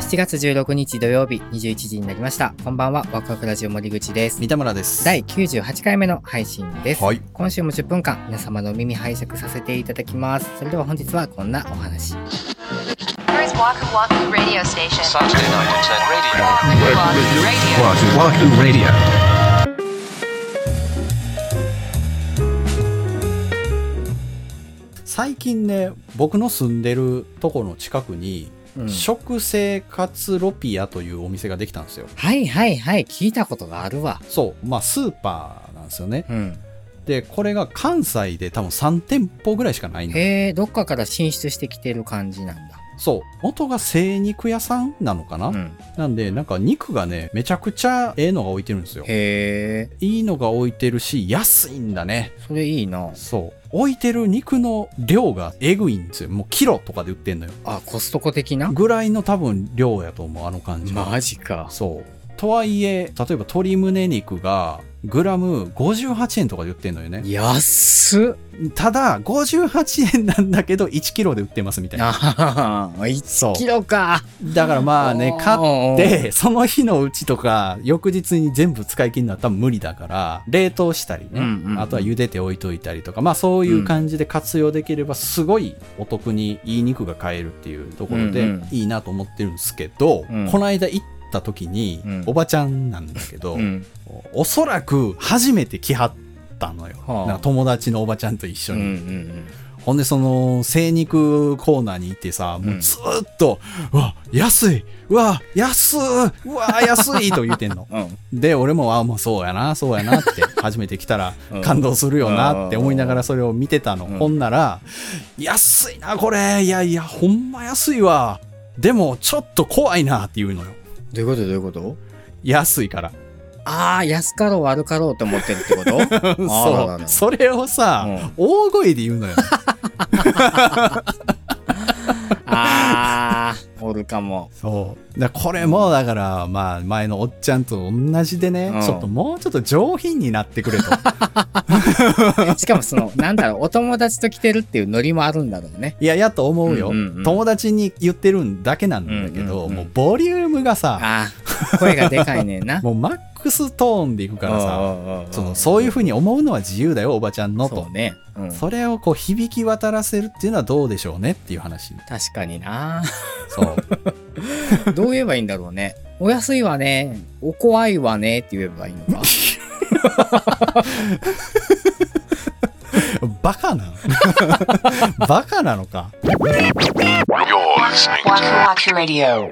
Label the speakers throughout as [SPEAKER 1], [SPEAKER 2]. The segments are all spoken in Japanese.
[SPEAKER 1] 7月16日土曜日21時になりました。こんばんは、ワクワクラジオ森口です。
[SPEAKER 2] 三田村です。
[SPEAKER 1] 第98回目の配信です。
[SPEAKER 2] はい。
[SPEAKER 1] 今週も10分間、皆様のお耳拝借させていただきます。それでは本日はこんなお話。
[SPEAKER 3] Here is Waku Waku Radio Station.
[SPEAKER 4] Saturday night at
[SPEAKER 3] Waku Waku Radio.
[SPEAKER 4] Waku Waku Radio.
[SPEAKER 2] 最近ね、僕の住んでるとこの近くに、
[SPEAKER 1] うん
[SPEAKER 2] 食生活ロピアというお店ができたんですよ。
[SPEAKER 1] はいはいはい、聞いたことがあるわ。
[SPEAKER 2] そう、まあスーパーなんですよね。
[SPEAKER 1] うん。
[SPEAKER 2] で、これが関西で多分3店舗ぐらいしかないの。
[SPEAKER 1] へえ、どっかから進出してきてる感じなんだ。
[SPEAKER 2] そう、元が精肉屋さんなのかな、
[SPEAKER 1] うん。
[SPEAKER 2] なんで、なんか肉がね、めちゃくちゃええのが置いてるんですよ。
[SPEAKER 1] へえ、
[SPEAKER 2] いいのが置いてるし、安いんだね。
[SPEAKER 1] それいいな。
[SPEAKER 2] そう。置いてる肉の量がえぐいんですよ。もうキロとかで売ってんのよ。
[SPEAKER 1] あ、コストコ的な
[SPEAKER 2] ぐらいの多分量やと思うあの感じは
[SPEAKER 1] マジか。
[SPEAKER 2] そうとはいえ例えば鶏胸肉がグラム58円とかで売ってんのよね
[SPEAKER 1] 安った
[SPEAKER 2] だ58円なんだけど1キロで売ってますみたいな
[SPEAKER 1] ああ、
[SPEAKER 2] そう
[SPEAKER 1] 1キロか。
[SPEAKER 2] だからまあね
[SPEAKER 1] おー
[SPEAKER 2] 買ってその日のうちとか翌日に全部使い切るのは多分無理だから冷凍したりね、
[SPEAKER 1] うんうんうん
[SPEAKER 2] あとは茹でて置いといたりとかまあそういう感じで活用できればすごいお得にいい肉が買えるっていうところ
[SPEAKER 1] う
[SPEAKER 2] で
[SPEAKER 1] んうん
[SPEAKER 2] いいなと思ってるんですけど、
[SPEAKER 1] うん
[SPEAKER 2] この間行った時に、
[SPEAKER 1] うん
[SPEAKER 2] おばちゃんなんだけど、
[SPEAKER 1] うん。
[SPEAKER 2] おそらく初めて来はったのよ、
[SPEAKER 1] はあ
[SPEAKER 2] なんか友達のおばちゃんと一
[SPEAKER 1] う
[SPEAKER 2] 緒
[SPEAKER 1] んう
[SPEAKER 2] に、
[SPEAKER 1] ん
[SPEAKER 2] ほんで、その、精肉コーナーに行ってさ、もうずーっと、うわ、安いうわ、安いうわ、安いと言うてんの
[SPEAKER 1] 。うん。うん。
[SPEAKER 2] で、俺も、あ、もうそうやな、そうやなって、初めて来たら
[SPEAKER 1] うん
[SPEAKER 2] 感動するよなって思いながらそれを見てたの。
[SPEAKER 1] うん
[SPEAKER 2] ほんなら、安いな、これいやいや、ほんま安いわ。でも、ちょっと怖いなって言うのよ。
[SPEAKER 1] どういうことどういうこと
[SPEAKER 2] 安いから。
[SPEAKER 1] ああ、安かろう悪かろうと思ってる ってことあーらら
[SPEAKER 2] そ
[SPEAKER 1] ら
[SPEAKER 2] う。それをさ、大声で言うのよ。
[SPEAKER 1] ああ、おるかも。
[SPEAKER 2] そうだこれもだから、まあ前のおっちゃんと同じでね、
[SPEAKER 1] うん
[SPEAKER 2] ちょっともうちょっと上品になってく れと
[SPEAKER 1] しかも その、なんだろう、お友達と来てるっていうノリもあるんだろうね。
[SPEAKER 2] いややと思うよ、
[SPEAKER 1] うんうんうん
[SPEAKER 2] 友達に言ってるんだけなんだけ
[SPEAKER 1] うん
[SPEAKER 2] ど、
[SPEAKER 1] うんうん
[SPEAKER 2] もうボリュームがさ
[SPEAKER 1] ああ、声がでかいね んな。
[SPEAKER 2] もうマックストーンでいくからさ
[SPEAKER 1] さ
[SPEAKER 2] そのそういう
[SPEAKER 1] ふ
[SPEAKER 2] ふうに思うのは自由だよおばちゃんのと
[SPEAKER 1] そうね。うん
[SPEAKER 2] それをこう響き渡らせるっていうのはどうでしょうねっていう話
[SPEAKER 1] 確かにな。
[SPEAKER 2] そう
[SPEAKER 1] どう言えばいいんだろうね。お安いわね。お怖いわねって言えばいいの か。
[SPEAKER 2] バカなのバカなのか
[SPEAKER 3] Waku Waku Radio.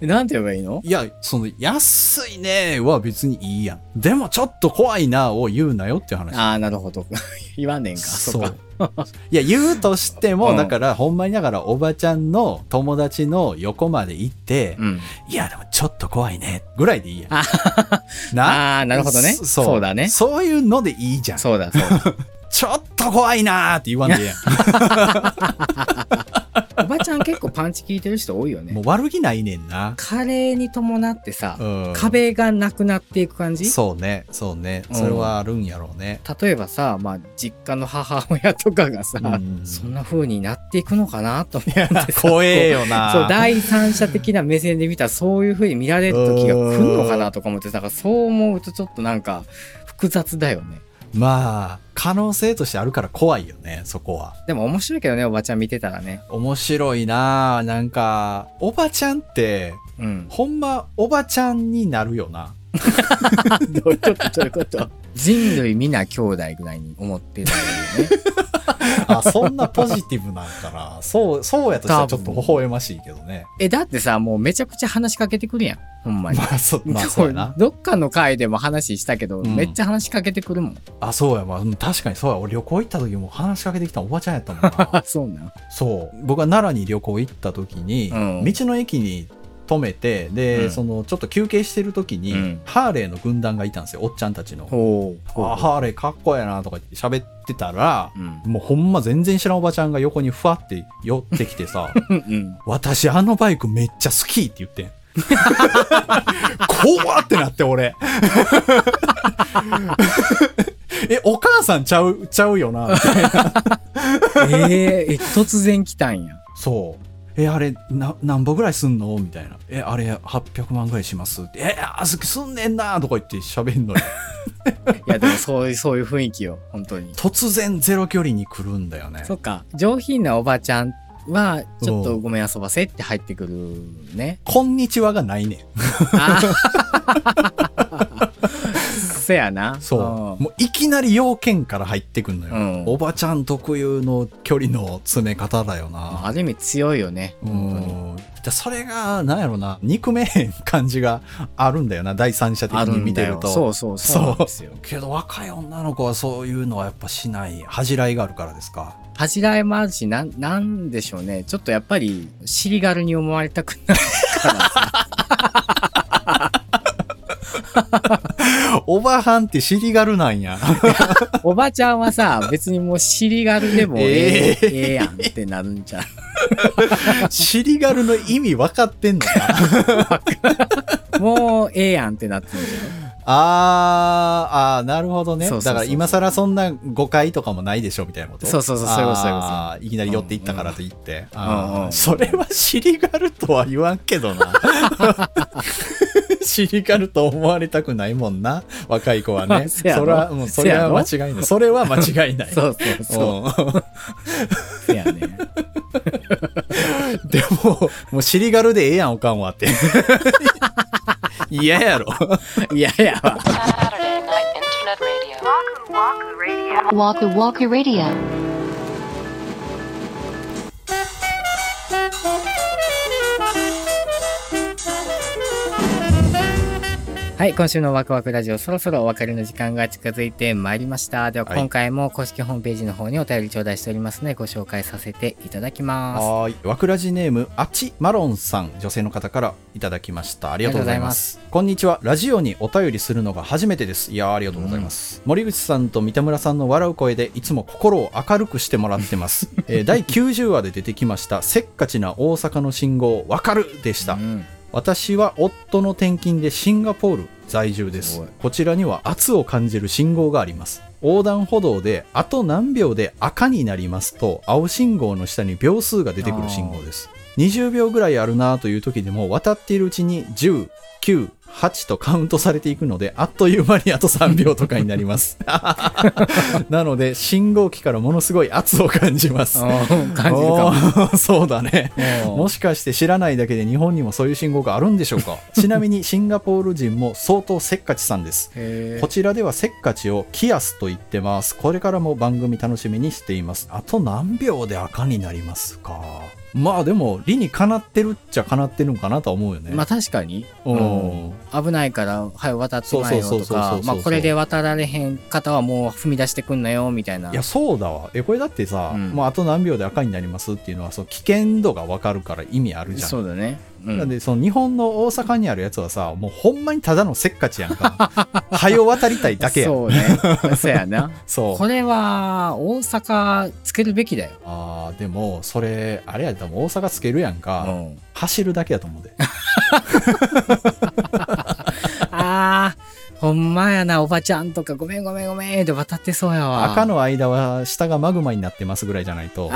[SPEAKER 1] なんて言えばいいの
[SPEAKER 2] いや、その、安いねは別にいいやん。でもちょっと怖いなを言うなよっていう話。
[SPEAKER 1] ああ、なるほど。 言わんねんか。そうか。。
[SPEAKER 2] いや、言うとしても、
[SPEAKER 1] うん
[SPEAKER 2] だから、ほんまにだから、おばちゃんの友達の横まで行って、
[SPEAKER 1] うん。
[SPEAKER 2] いや、でもちょっと怖いね、ぐらいでいいやん。
[SPEAKER 1] ああーなるほどね
[SPEAKER 2] そ
[SPEAKER 1] そうだね
[SPEAKER 2] そういうのでいいじゃん。
[SPEAKER 1] そうだ、そうだ。
[SPEAKER 2] ちょっと怖いなーって言わんでいいやん。
[SPEAKER 1] おばちゃん結構パンチ効いてる人多いよ
[SPEAKER 2] もう
[SPEAKER 1] ね。
[SPEAKER 2] 悪気ないねんな。
[SPEAKER 1] カレーに伴ってさ、
[SPEAKER 2] うん。
[SPEAKER 1] 壁がなくなっていく感じ
[SPEAKER 2] そうね、そうね。それはあるんやろうね。
[SPEAKER 1] 例えばさ、まあ、実家の母親とかがさ、
[SPEAKER 2] うん
[SPEAKER 1] そんな風になっていくのかなと思ってさ
[SPEAKER 2] 怖えよな。
[SPEAKER 1] そう第三者的な目線で見たらそういう風に見られる時が来るのかなとか思ってなんかそう思うとちょっとなんか複雑だよね
[SPEAKER 2] まあ、可能性としてあるから怖いよね、そこは。
[SPEAKER 1] でも面白いけどねおばちゃん見てたらね
[SPEAKER 2] 面白いなあなんか、おばちゃんって、
[SPEAKER 1] うん
[SPEAKER 2] ほんま、おばちゃんになるよ な。
[SPEAKER 1] どういうことどういうこと人類皆兄弟ぐらいに思ってたよね
[SPEAKER 2] あ、そんなポジティブなんかな。そう、そうやとしたらちょっと微笑ましいけどね。
[SPEAKER 1] えだってさもうめちゃくちゃ話しかけてくるやんほんまに、。
[SPEAKER 2] まあ、そ、まあ、そうやな
[SPEAKER 1] どっかの回でも話したけど、
[SPEAKER 2] うん
[SPEAKER 1] めっちゃ話しかけてくるもん
[SPEAKER 2] あ、そうや、まあ、うん確かにそうや。俺旅行行った時も話しかけてきたのおばちゃんやったもんな
[SPEAKER 1] あ。 そうなん
[SPEAKER 2] そう。僕は奈良に旅行行った時に、
[SPEAKER 1] うん
[SPEAKER 2] 道の駅に、止めてで、
[SPEAKER 1] うん
[SPEAKER 2] そのちょっと休憩してる時に、
[SPEAKER 1] うん
[SPEAKER 2] ハーレーの軍団がいたんですよおっちゃんたちの
[SPEAKER 1] ほう
[SPEAKER 2] あハーレーかっこええなとか言って喋ってたら、
[SPEAKER 1] うん
[SPEAKER 2] もうほんま全然知らんおばちゃんが横にふわって寄ってきて さ、
[SPEAKER 1] うんうん
[SPEAKER 2] 私あのバイクめっちゃ好きって言ってん。 怖ってなって俺。 え、お母さんちゃう、ちゃうよなって。
[SPEAKER 1] えーえ突然来たんや
[SPEAKER 2] そう。え、あれ、な、何本ぐらいすんのみたいな。え、あれ、800万ぐらいしますって。え、あすすんねんなとか言って喋 んのに。
[SPEAKER 1] いや、でもそういう、そういう雰囲気よ、本当に。
[SPEAKER 2] 突然ゼロ距離に来るんだよね。
[SPEAKER 1] そっか、上品なおばちゃんは、ちょっとごめん遊ばせって入ってくるね。
[SPEAKER 2] こんにちはがないねん。
[SPEAKER 1] あーせやな。
[SPEAKER 2] そう。もういきなり要件から入ってくんのよ。
[SPEAKER 1] うん
[SPEAKER 2] おばちゃん特有の距離の詰め方だよ
[SPEAKER 1] うん。
[SPEAKER 2] な。
[SPEAKER 1] ある意味強いよね。
[SPEAKER 2] う
[SPEAKER 1] 本当に
[SPEAKER 2] ん。でそれが、なんやろな、憎めへん感じがあるんだよな、第三者的
[SPEAKER 1] ある
[SPEAKER 2] に
[SPEAKER 1] ん
[SPEAKER 2] 見
[SPEAKER 1] だ
[SPEAKER 2] てる
[SPEAKER 1] よ。
[SPEAKER 2] と。
[SPEAKER 1] そうそうそうなんですよ。
[SPEAKER 2] けど若い女の子はそういうのはやっぱしない恥じらいがあるからですか
[SPEAKER 1] 恥じらいもあるし、なん、なんでしょうね。ちょっとやっぱり、尻軽に思われたくないからさ。
[SPEAKER 2] おばはんって尻軽なんや
[SPEAKER 1] おばちゃんはさ、別にもう尻軽でもええ、ええやんってなるんじゃん。
[SPEAKER 2] 尻軽の意味分かってんのか
[SPEAKER 1] もうええやんってなってるんじ
[SPEAKER 2] あーあーなるほどね
[SPEAKER 1] そうそうそう
[SPEAKER 2] だから今更そんな誤解とかもないでしょみたいなこと
[SPEAKER 1] そうそうそうそういうことそういうこと
[SPEAKER 2] あーいきなり寄っていったからといって、あー
[SPEAKER 1] うんうん
[SPEAKER 2] それは尻軽とは言わんけ どな尻軽と思われたくないもんな若い子はねそ
[SPEAKER 1] せや
[SPEAKER 2] れ
[SPEAKER 1] ろ
[SPEAKER 2] は、うん、それは
[SPEAKER 1] せ
[SPEAKER 2] 間違いないそれは間違いない
[SPEAKER 1] ゃん。そうそうそう
[SPEAKER 2] うん
[SPEAKER 1] せやね。
[SPEAKER 2] でも、もう尻軽でええやん、おかんは って。嫌やろ。
[SPEAKER 1] いやいやわ。
[SPEAKER 3] Saturday Night Internet Radio. Waku Waku Radio. Waku Waku Radio.
[SPEAKER 1] はい、今週のワクワクラジオ、そろそろお別れの時間が近づいてまいりました。では、
[SPEAKER 2] はい
[SPEAKER 1] 今回も公式ホームページの方にお便り頂戴しておりますので、ご紹介させていただきます。
[SPEAKER 2] はーい。わくらじネーム、あちマロンさん、女性の方からいただきました。ありがとうございます。こんにちは。ラジオにお便りするのが初めてです。いやー、ありがとうございます。森口さんと三田村さんの笑う声で、いつも心を明るくしてもらってます。えー第90話で出てきました、せっかちな大阪の信号、わかるでした
[SPEAKER 1] う。ん、
[SPEAKER 2] 私は夫の転勤でシンガポール在住です
[SPEAKER 1] すごい
[SPEAKER 2] こちらには圧を感じる信号があります横断歩道であと何秒で赤になりますと青信号の下に秒数が出てくる信号です20秒ぐらいあるなという時でも渡っているうちに10 9 8とカウントされていくのであっという間にあと3秒とかになります なので信号機からものすごい圧を感じます
[SPEAKER 1] あー感じる
[SPEAKER 2] お
[SPEAKER 1] か
[SPEAKER 2] ー そうだね
[SPEAKER 1] も。
[SPEAKER 2] もしかして知らないだけで日本にもそういう信号があるんでしょうか ちなみにシンガポール人も相当せっかちさんです
[SPEAKER 1] へ
[SPEAKER 2] こちらではせっかちをキアスと言ってますこれからも番組楽しみにしていますあと何秒で赤になりますかまあでも理にかなってるっちゃかなってるんかなとは思うよね
[SPEAKER 1] ーまあ確かに。
[SPEAKER 2] うん
[SPEAKER 1] 危ないから、はい、渡ってないよ
[SPEAKER 2] そう
[SPEAKER 1] と
[SPEAKER 2] そうそうそうそ
[SPEAKER 1] か
[SPEAKER 2] うそう、
[SPEAKER 1] まあ、これで渡られへん方はもう踏み出してくんなよ、みたいな。
[SPEAKER 2] いやそうだわえこれだってさ、
[SPEAKER 1] うん
[SPEAKER 2] もうあと何秒で赤になりますっていうのはその危険度が分かるから意味あるじゃん
[SPEAKER 1] そうだね。うん
[SPEAKER 2] なんで、その日本の大阪にあるやつはさ、もうほんまにただのせっかちやんか。 はよ渡りたいだけやん。
[SPEAKER 1] そうね。 そうやな。
[SPEAKER 2] そう。
[SPEAKER 1] これは、大阪つけるべきだよ。
[SPEAKER 2] あーでも、それ、あれやったらもう大阪つけるやんか。
[SPEAKER 1] うん
[SPEAKER 2] 走るだけやと思うで。
[SPEAKER 1] あー、ほんまやな、おばちゃんとか、ごめんごめんごめんって渡ってそうやわ。
[SPEAKER 2] 赤の間は下がマグマになってますぐらいじゃないと。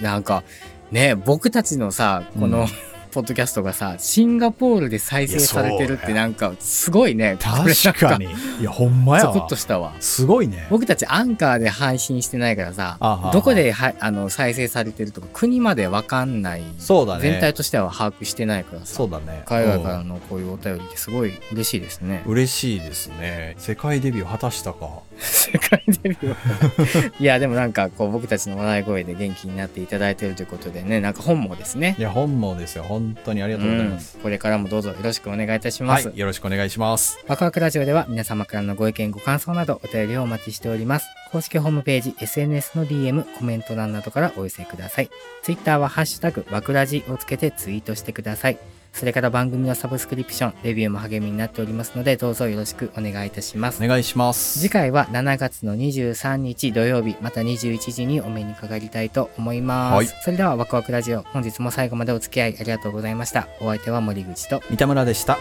[SPEAKER 1] なんか、ね、僕たちのさ、この、
[SPEAKER 2] うん
[SPEAKER 1] ポッドキャストがさ、シンガポールで再生されてるっ
[SPEAKER 2] いや
[SPEAKER 1] て
[SPEAKER 2] そう
[SPEAKER 1] なんか、すごいね。
[SPEAKER 2] 確かに。いや、ほんま
[SPEAKER 1] これ
[SPEAKER 2] や
[SPEAKER 1] なんかゾクッ
[SPEAKER 2] わ
[SPEAKER 1] と。したわ。
[SPEAKER 2] すごいね。
[SPEAKER 1] 僕たちアンカーで配信してないからさ
[SPEAKER 2] あは、
[SPEAKER 1] どこではあの再生されてるとか、国までわかんない。
[SPEAKER 2] そうだね。
[SPEAKER 1] 全体としては把握してないからさ
[SPEAKER 2] そ。うだね。
[SPEAKER 1] 海外から
[SPEAKER 2] うん
[SPEAKER 1] のこういうお便りってすごい嬉しいですね。
[SPEAKER 2] 嬉しいですね。世界デビュー果たしたか。
[SPEAKER 1] 世界デビューいやでもなんかこう僕たちの笑い声で元気になっていただいてるということでねなんか本もですね
[SPEAKER 2] いや、本望ですよ。本当にありがとうございます。
[SPEAKER 1] うんこれからもどうぞよろしくお願いいたしま
[SPEAKER 2] は
[SPEAKER 1] す、
[SPEAKER 2] い。よろしくお願いします。
[SPEAKER 1] ワクワクラジオでは皆様からのご意見ご感想などお便りをお待ちしております公式ホームページ SNS の DM コメント欄などからお寄せください Twitter は「ハッシュタグワクラジ」をつけてツイートしてくださいそれから番組のサブスクリプションレビューも励みになっておりますのでどうぞよろしくお願いいたします
[SPEAKER 2] お願いします。
[SPEAKER 1] 次回は7月の23日土曜日また21時にお目にかかりたいと思います、
[SPEAKER 2] はい
[SPEAKER 1] それではワクワクラジオ本日も最後までお付き合いありがとうございましたお相手は森口と
[SPEAKER 2] 三田村でした。